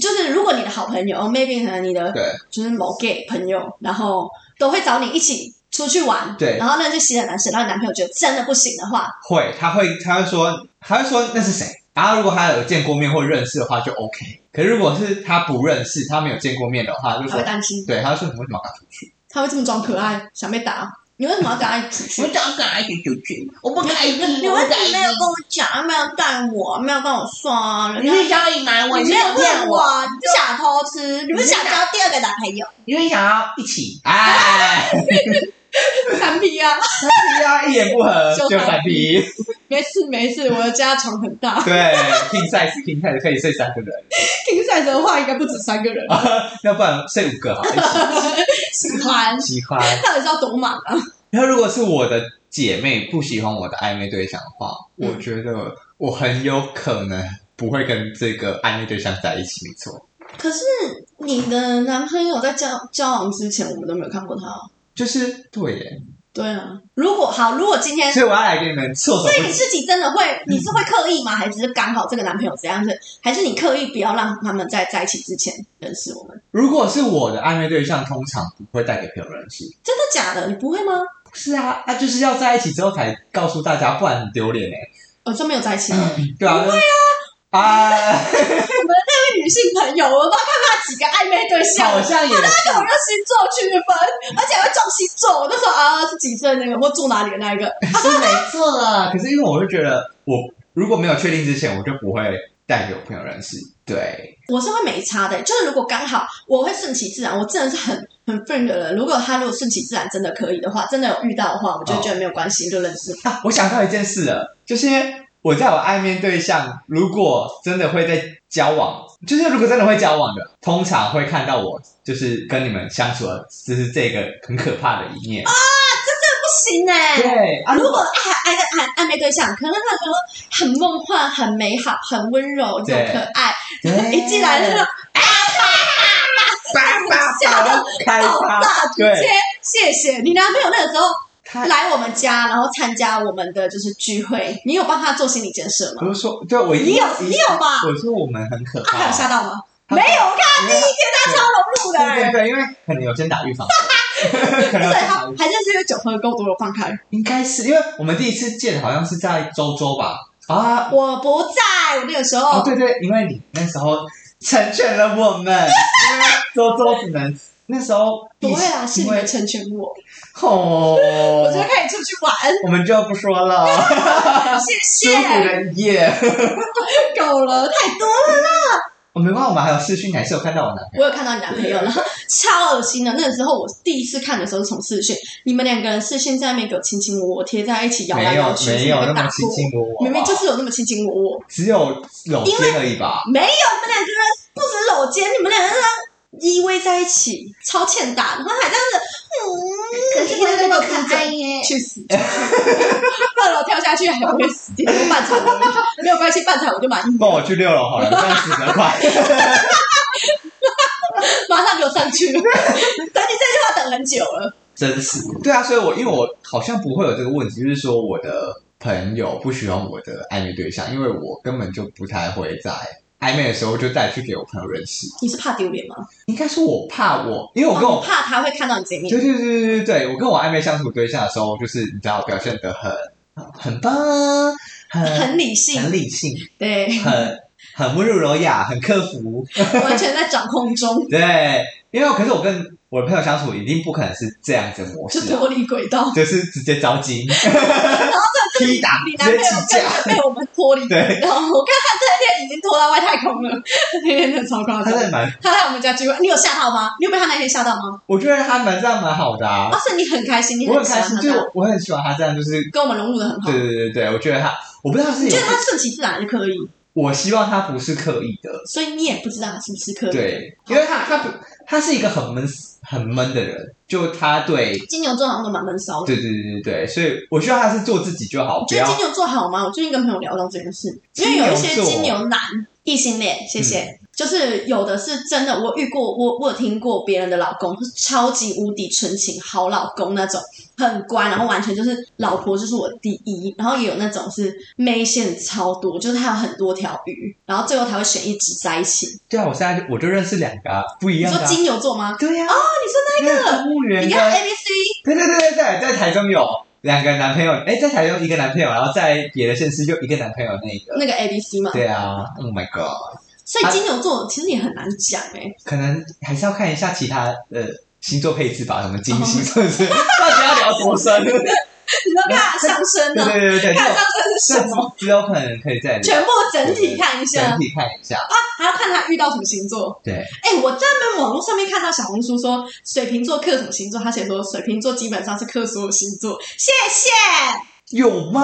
S1: 就是如果你的好朋友，maybe 哦可能你的
S2: 对
S1: 就是某 gay 朋友，然后都会找你一起出去玩，
S2: 对
S1: 然后那些新的男生，让你男朋友觉得真的不行的话，
S2: 会，他会，他会说，他会说那是谁？然后如果他有见过面或认识的话，就 OK。可是如果是他不认识，他没有见过面的话，就
S1: 他
S2: 说
S1: 会，担心，
S2: 对，他就说你为什么要跟他出去？
S1: 他会这么装可爱，想被打。你为什么要跟他出去 *laughs*
S3: 我？早敢哎爱去就去，我不敢意，
S1: 你
S3: 我
S1: 为
S3: 不
S1: 什么
S3: 敢
S1: 没有跟我讲？没有带我，没有跟我说啊，人
S3: 你
S1: 家
S3: 是想隐瞒我，
S1: 你
S3: 你是
S1: 没有
S3: 想骗
S1: 问
S3: 我，
S1: 我，你想偷吃，你不想交第二个男 *laughs* 朋友？
S3: 你是想要一起？
S2: 哎， *laughs*
S1: 三 P 啊，
S2: 对呀，一言不合
S1: 就
S2: 就反皮，
S1: 没事没事，我的家床很大。 *laughs*
S2: 对，king size，king size 可以睡三个人，
S1: 听赛的话应该不止三个人， *laughs*
S2: 要不然睡五个好了，一
S1: 喜欢
S2: 起喜欢。
S1: 到底是要多满啊？
S2: 然后如果是我的姐妹不喜欢我的暧昧对象的话，
S1: 嗯
S2: 我觉得我很有可能不会跟这个暧昧对象在一起，没错。
S1: 可是你的男朋友在交交往之前，我们都没有看过他哦。
S2: 就是对耶，
S1: 对啊，如果好，如果今天，
S2: 所以我要来给你们措手
S1: 所以
S2: 不
S1: 你
S2: 及。
S1: 自己真的会，你是会刻意吗？还是刚好这个男朋友这样子？还是你刻意不要让他们在在一起之前认识我们？
S2: 如果是我的暧昧对象，通常不会带给朋友认识。
S1: 真的假的？你不会吗？
S2: 是啊，那、就是要在一起之后才告诉大家，不然很丢脸哎。
S1: 哦，就没有在一起吗？
S2: 对啊，不会啊，啊， *laughs*
S1: 女性朋友，我不知道看他几个暧昧对象，*laughs*
S2: 好像也是
S1: 我用星座区分，而且还会撞星座。我那时候啊是几岁的那个，或住哪里的那一个，
S2: 是没错啦。可是因为我就觉得，我如果没有确定之前，我就不会带给我朋友认识。对，
S1: 我是会没差的、就是如果刚好我会顺其自然，我真的是很很 friend 的人。如果他如果顺其自然真的可以的话，真的有遇到的话，我就觉得没有关系，就认识。
S2: 啊，我想到一件事了，就是因为我在我暧昧对象，如果真的会在交往，就是如果真的会交往的，通常会看到我就是跟你们相处的，就是这个很可怕的一面。
S1: 不行哎、
S2: 对啊，
S1: 如果爱爱爱暧昧对象，可能他可能很梦幻、很美好、很温柔又
S2: 对
S1: 可爱，
S2: 对
S1: 一进来就说
S2: 叭叭
S1: 吓
S2: 叭开
S1: 爆
S2: 趴
S1: 炸，直接
S2: 对
S1: 谢谢你男朋友那个时候
S2: 他
S1: 来我们家，然后参加我们的就是聚会，你有帮他做心理建设吗？
S2: 我就说，对我一
S1: 你有你有吧？
S2: 我说我们很可
S1: 啊，还
S2: 怕
S1: 有，吓到吗？
S2: 他
S1: 没有，我看
S2: 因为
S1: 他超融入的、
S2: 对对
S1: 欸，
S2: 对，因为可能有先打
S1: *laughs*
S2: 预防针，可
S1: 所
S2: 能有
S1: 以
S2: 先
S1: 他
S2: 打预
S1: 还是是因为酒喝够多了放开。
S2: 应该是因为我们第一次见好像是在周周吧？啊，哦
S1: 我不在，我那个时候、
S2: 哦对对，因为你那时候成全了我们，因为周周只能那时候
S1: 不会啦，是
S2: 因
S1: 你
S2: 为
S1: 们成全我，
S2: 哦，
S1: 我就可以出去玩。
S2: 我们就不说
S1: *laughs*
S2: 了，
S1: 谢
S2: 舒
S1: 谢，
S2: 服的一夜。
S1: 够了，太多了。
S2: 我没办法，我们还有视讯，还是有看到我男朋友。
S1: 我有看到你男朋友，然后超恶心的。那个时候我第一次看的时候是从视讯，你们两个人视讯在那边给我亲亲我我，贴在一起摇来
S2: 没有
S1: 摇去，
S2: 没有
S1: 被
S2: 那
S1: 打
S2: 么卿
S1: 过。
S2: 卿我我，
S1: 明明就是有那么卿卿我我，
S2: 只有搂肩而已吧。
S1: 没有，你们两个人不止搂肩，你们两个人依偎在一起，超欠打，然后还这样子，嗯，
S3: 可是我那么可爱耶，
S1: 去死！二楼跳下去还会死掉，半场而已没有关系，半场我就满意，
S2: 帮我去六楼好了，这样死得快。 *laughs*
S1: 马上给我上去。等你这句话等很久了，
S2: 真是对啊，所以我因为我好像不会有这个问题，就是说我的朋友不喜欢我的暧昧对象，因为我根本就不太会在暧昧的时候就带去给我朋友认识。
S1: 你是怕丢脸吗？
S2: 应该说我怕我，因为我跟
S1: 哦
S2: 我
S1: 你怕他会看到你这一面
S2: 对。对对对对对，我跟我暧昧相处对象的时候，就是你知道表现得很很棒，很
S1: 很理性，
S2: 很理性，
S1: 对，
S2: 很很温柔柔雅，很克服。
S1: 完全在掌控中，
S2: 对，因为可是我跟我的朋友相处，一定不可能 *laughs* 是这样子的模
S1: 就
S2: 式、啊，
S1: 脱离轨道。
S2: 就是直接招金，踢打，
S1: 你
S2: 直
S1: 男朋友
S2: 接起
S1: 更
S2: 架。
S1: 是被我们脱离轨
S2: *laughs* 对，
S1: 道，我看他那天已经脱到外太空了， *laughs* 那天真的超夸
S2: 他
S1: 张。
S2: 在蛮，
S1: 他在我们家聚会，你有吓到吗？你有被他那天吓到吗？
S2: 我觉得他蛮这样蛮好的啊
S1: 哇，塞，你很开哦心，你
S2: 我很
S1: 喜
S2: 开
S1: 欢
S2: 心，
S1: 他
S2: 就
S1: 这样，
S2: 是我很喜欢他这样，就是
S1: 跟我们融入的很好
S2: 对。对对对，我觉得他，我不知道他是
S1: 你
S2: 有
S1: 觉得，他顺其自然就可以，
S2: 我希望他不是刻意的，
S1: 所以你也不知道他是不是可以。
S2: 对，因为他他不他是一个很闷很闷的人，就他对
S1: 金牛座好像都蛮闷骚的。
S2: 对对对对对，所以我希望他是做自己就好，
S1: 我
S2: 不
S1: 觉得
S2: 要
S1: 金牛座好吗？我哦最近跟朋友聊到这件事，因为有一些
S2: 金牛座嗯
S1: 金牛男异性恋，谢谢。就是有的是真的，我遇过，我我有听过别人的老公是超级无敌纯情好老公那种，很
S2: 嗯
S1: 乖，然后完全就是老婆就是我第一。然后也有那种是妹线超多，就是他有很多条鱼，然后最后才会选一只在一起。
S2: 对啊，我现在就我就认识两个啊不一
S1: 你
S2: 样
S1: 说
S2: 的啊，
S1: 金牛座吗？
S2: 对呀、啊，
S1: 哦，你说那个，
S2: 动物园
S1: 你看
S2: 的，
S1: A B C，
S2: 对对对对对，在台中有两个男朋友，哎，在台中一个男朋友，然后在别的县市就一个男朋友那个，
S1: 那个 A B C 嘛，
S2: 对啊，Oh my god，
S1: 所以金牛座其实也很难讲哎、
S2: 可能还是要看一下其他呃星座配置吧，什么金星
S1: 哦
S2: 是不是？ *laughs* 到底要聊
S1: *laughs*
S2: 多深？对
S1: 你都看上升
S2: 啊对
S1: 呢、
S2: 对对对，
S1: 看上升是什
S2: 甚至
S1: 么？
S2: 只有可能可以再聊
S1: 全部整体看一下
S2: 整，体看一下，
S1: 还要看他遇到什么星座。
S2: 对，
S1: 哎、我在那边网络上面看到小红书说水瓶座克什么星座，他写说水瓶座基本上是克所有星座。谢谢，
S2: 有吗？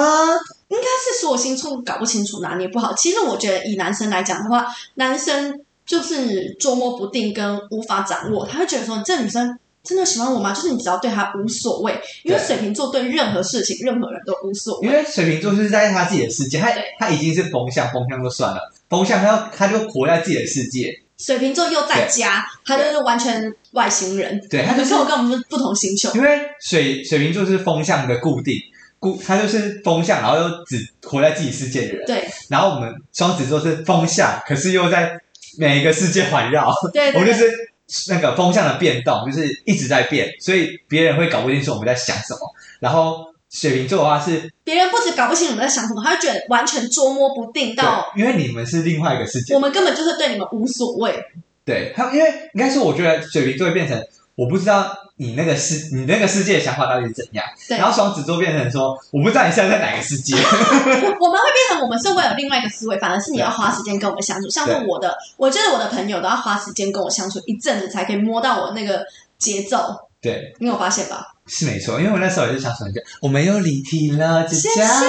S1: 应该是所有星座搞不清楚，拿捏不好。其实我觉得以男生来讲的话，男生就是捉摸不定跟无法掌握，他会觉得说你这女生。真的喜欢我吗？就是你只要对他无所谓，因为
S2: 对
S1: 水瓶座对任何事情、任何人都无所谓。
S2: 因为水瓶座就是在他自己的世界，他他已经是风向，风向就算了，风向他要他就活在自己的世界，
S1: 水瓶座又在家，他就是完全外星人。
S2: 对他就是
S1: 跟我跟我们不同星球，
S2: 因为水水瓶座是风向的固定。固，他就是风向，然后又只活在自己世界的人。
S1: 对
S2: 然后我们双子座是风向，可是又在每一个世界环绕。
S1: 对
S2: *laughs* 我
S1: 对
S2: 们就
S1: 对，
S2: 是那个风向的变动，就是一直在变，所以别人会搞不清楚我们在想什么。然后水瓶座的话是，
S1: 别人不止搞不清你们在想什么，他就觉得完全捉摸不定到，
S2: 对因为你们是另外一个世界
S1: 我，们根本就是对你们无所谓。
S2: 对他，因为应该说，我觉得水瓶座会变成我不知道你那个世你那个世界的想法到底是怎样，
S1: 对
S2: 然后双子座变成说我不知道你现在在哪个世界， *laughs*
S1: 我们会变成我们是会有另外一个思维，反而是你要花时间跟我们相处。像是我的，我觉得我的朋友都要花时间跟我相处一阵子，才可以摸到我那个节奏。
S2: 对，
S1: 你有发现吧？
S2: 是没错，因为我那时候也是想说一下，我们又离题了，姐姐
S1: 谢。谢。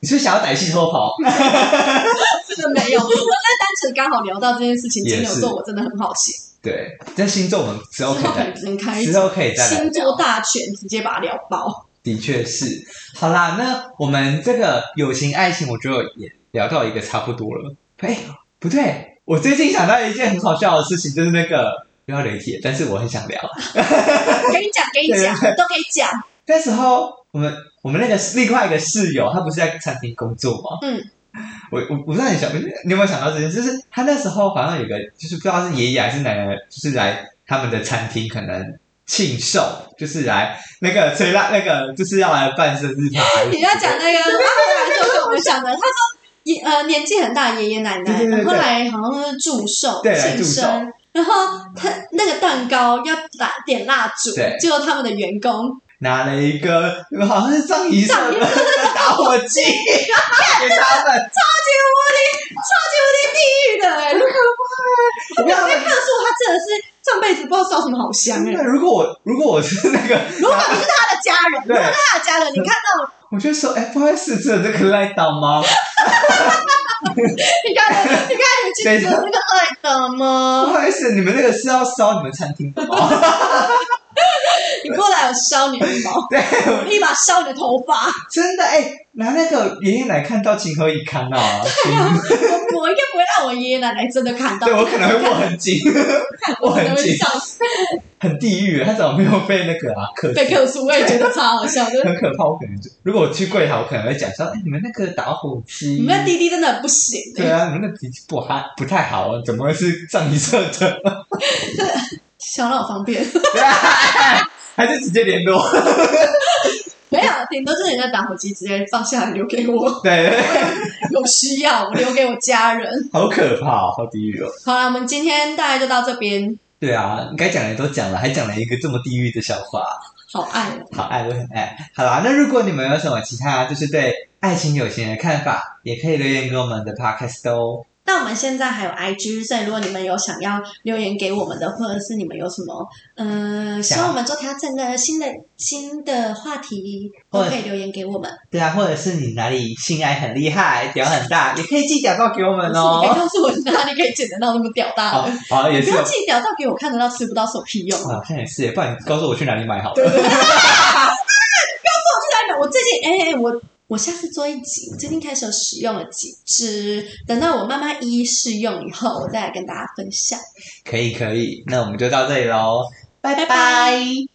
S2: 你是不是想要逮戏偷跑？
S1: 这个没有，我那单纯刚好聊到这件事情，
S2: 也
S1: 金牛
S2: 是
S1: 座我真的很好奇，
S2: 对，但星座我们之
S1: 之
S2: 后
S1: 后
S2: 可
S1: 可
S2: 以再
S1: 能只能开一集
S2: 之后可以再来
S1: 星座大全直接把它聊
S2: *laughs*
S1: 爆。
S2: 的确是。好啦，那我们这个友情、爱情，我觉得也聊到一个差不多了。哎，不对，我最近想到一件很好笑的事情，就是那个不要雷铁，但是我很想聊。
S1: 跟你讲，跟你讲，都可以讲。
S2: 那时候我们我们那个另外一个室友，他不是在餐厅工作吗？
S1: 嗯，
S2: 我我我不知道你想，你有没有想到这件事？就是他那时候好像有个，就是不知道是爷爷还是奶奶，就是来他们的餐厅可能庆寿，就是来那个吹蜡，那个就是要来办生日趴。
S1: *laughs* 你要讲那个，
S2: *laughs*
S1: 他就跟我们讲的，他说。爷呃，年纪很大，爷爷奶奶，
S2: 对对对对
S1: 然后后来好像是祝寿、
S2: 对来
S1: 庆
S2: 祝寿
S1: 生，然后他那个蛋糕要打点蜡烛
S2: 对，
S1: 结果他们的员工
S2: 拿了一个好像是葬仪社
S1: 葬仪
S2: 的打火机给他们，
S1: 超级无敌超级无敌地狱的哎、欸，如
S2: *laughs*
S1: 果
S2: 我跟他
S1: 被
S2: 们
S1: 克诉，他真的是上辈子不知道烧什么好香哎、
S2: 那如果我如果我是那个，
S1: 如果你是他的家人，如
S2: 对
S1: 果他的家人，你看到 *laughs*
S2: 我就说，哎、不好意思，只有这个赖倒吗？
S1: 你看你看你去吃
S2: *laughs*
S1: 那个爱的
S2: 不
S1: 吗？
S2: 好意思，你们那个是要烧你们餐厅的吗？
S1: *laughs* 你过来，我烧你的毛，
S2: 对，
S1: 我立马烧你的头发。
S2: 真的哎、拿那个爷爷奶看到情何以堪
S1: *laughs*
S2: 啊！
S1: 我我应该不会让我爷爷奶奶真的看到，
S2: 对我可能会握
S1: *laughs*
S2: 很紧，握
S1: 我可能
S2: 很
S1: 会
S2: 紧，
S1: 笑死。
S2: 很地狱。他怎么没有被那个啊？可
S1: 被克诉，我也觉得超好笑，
S2: *laughs*
S1: 就是
S2: 很可怕。我可能就如果我去柜台，我可能会讲说，哎、你们那个打火机，
S1: 你们那滴滴真的很不行、欸
S2: 对啊，你们那脾气不还不太好啊，怎么会是葬仪社的？
S1: *laughs* 想让我方便。 *laughs*
S2: 对啊 *laughs* 还是直接联络？
S1: 没有，顶多是你的打火机直接放下来留给我，
S2: 对，
S1: 有需要我留给我家人。 *laughs*
S2: 好可怕、哦，好地狱哦。
S1: 好了，我们今天大概就到这边，
S2: 对啊，你该讲的也都讲了，还讲了一个这么地狱的笑话，
S1: 好爱哦。
S2: 好爱，我很爱。好啦，那如果你们有什么其他就是对爱情友情的看法，也可以留言给我们的 podcast 哦。
S1: 那我们现在还有 IG，所以如果你们有想要留言给我们的，或者是你们有什么呃希望我们做调整的新的新的话题，都可以留言给我们。
S2: 对啊，或者是你哪里性爱很厉害，屌很大，也可以寄屌照给我
S1: 不
S2: 们
S1: 是 *laughs* 你可以
S2: 哦。
S1: 告诉我哪里可以剪得到那么屌大
S2: 好
S1: 的，，
S2: 好也
S1: 不
S2: 是
S1: 要
S2: 有
S1: 寄屌到给我看得到吃不到手屁用。
S2: 啊，看也是，不然你告诉我去哪里买好
S1: 对
S2: 了。
S1: 对对，啊不要说我去哪里买，我最近哎、我我下次做一集，我最近开始有使用了几支，等到我慢慢一一试用以后，我再来跟大家分享。
S2: 可以可以，那我们就到这里喽，
S3: 拜
S1: 拜
S3: 拜。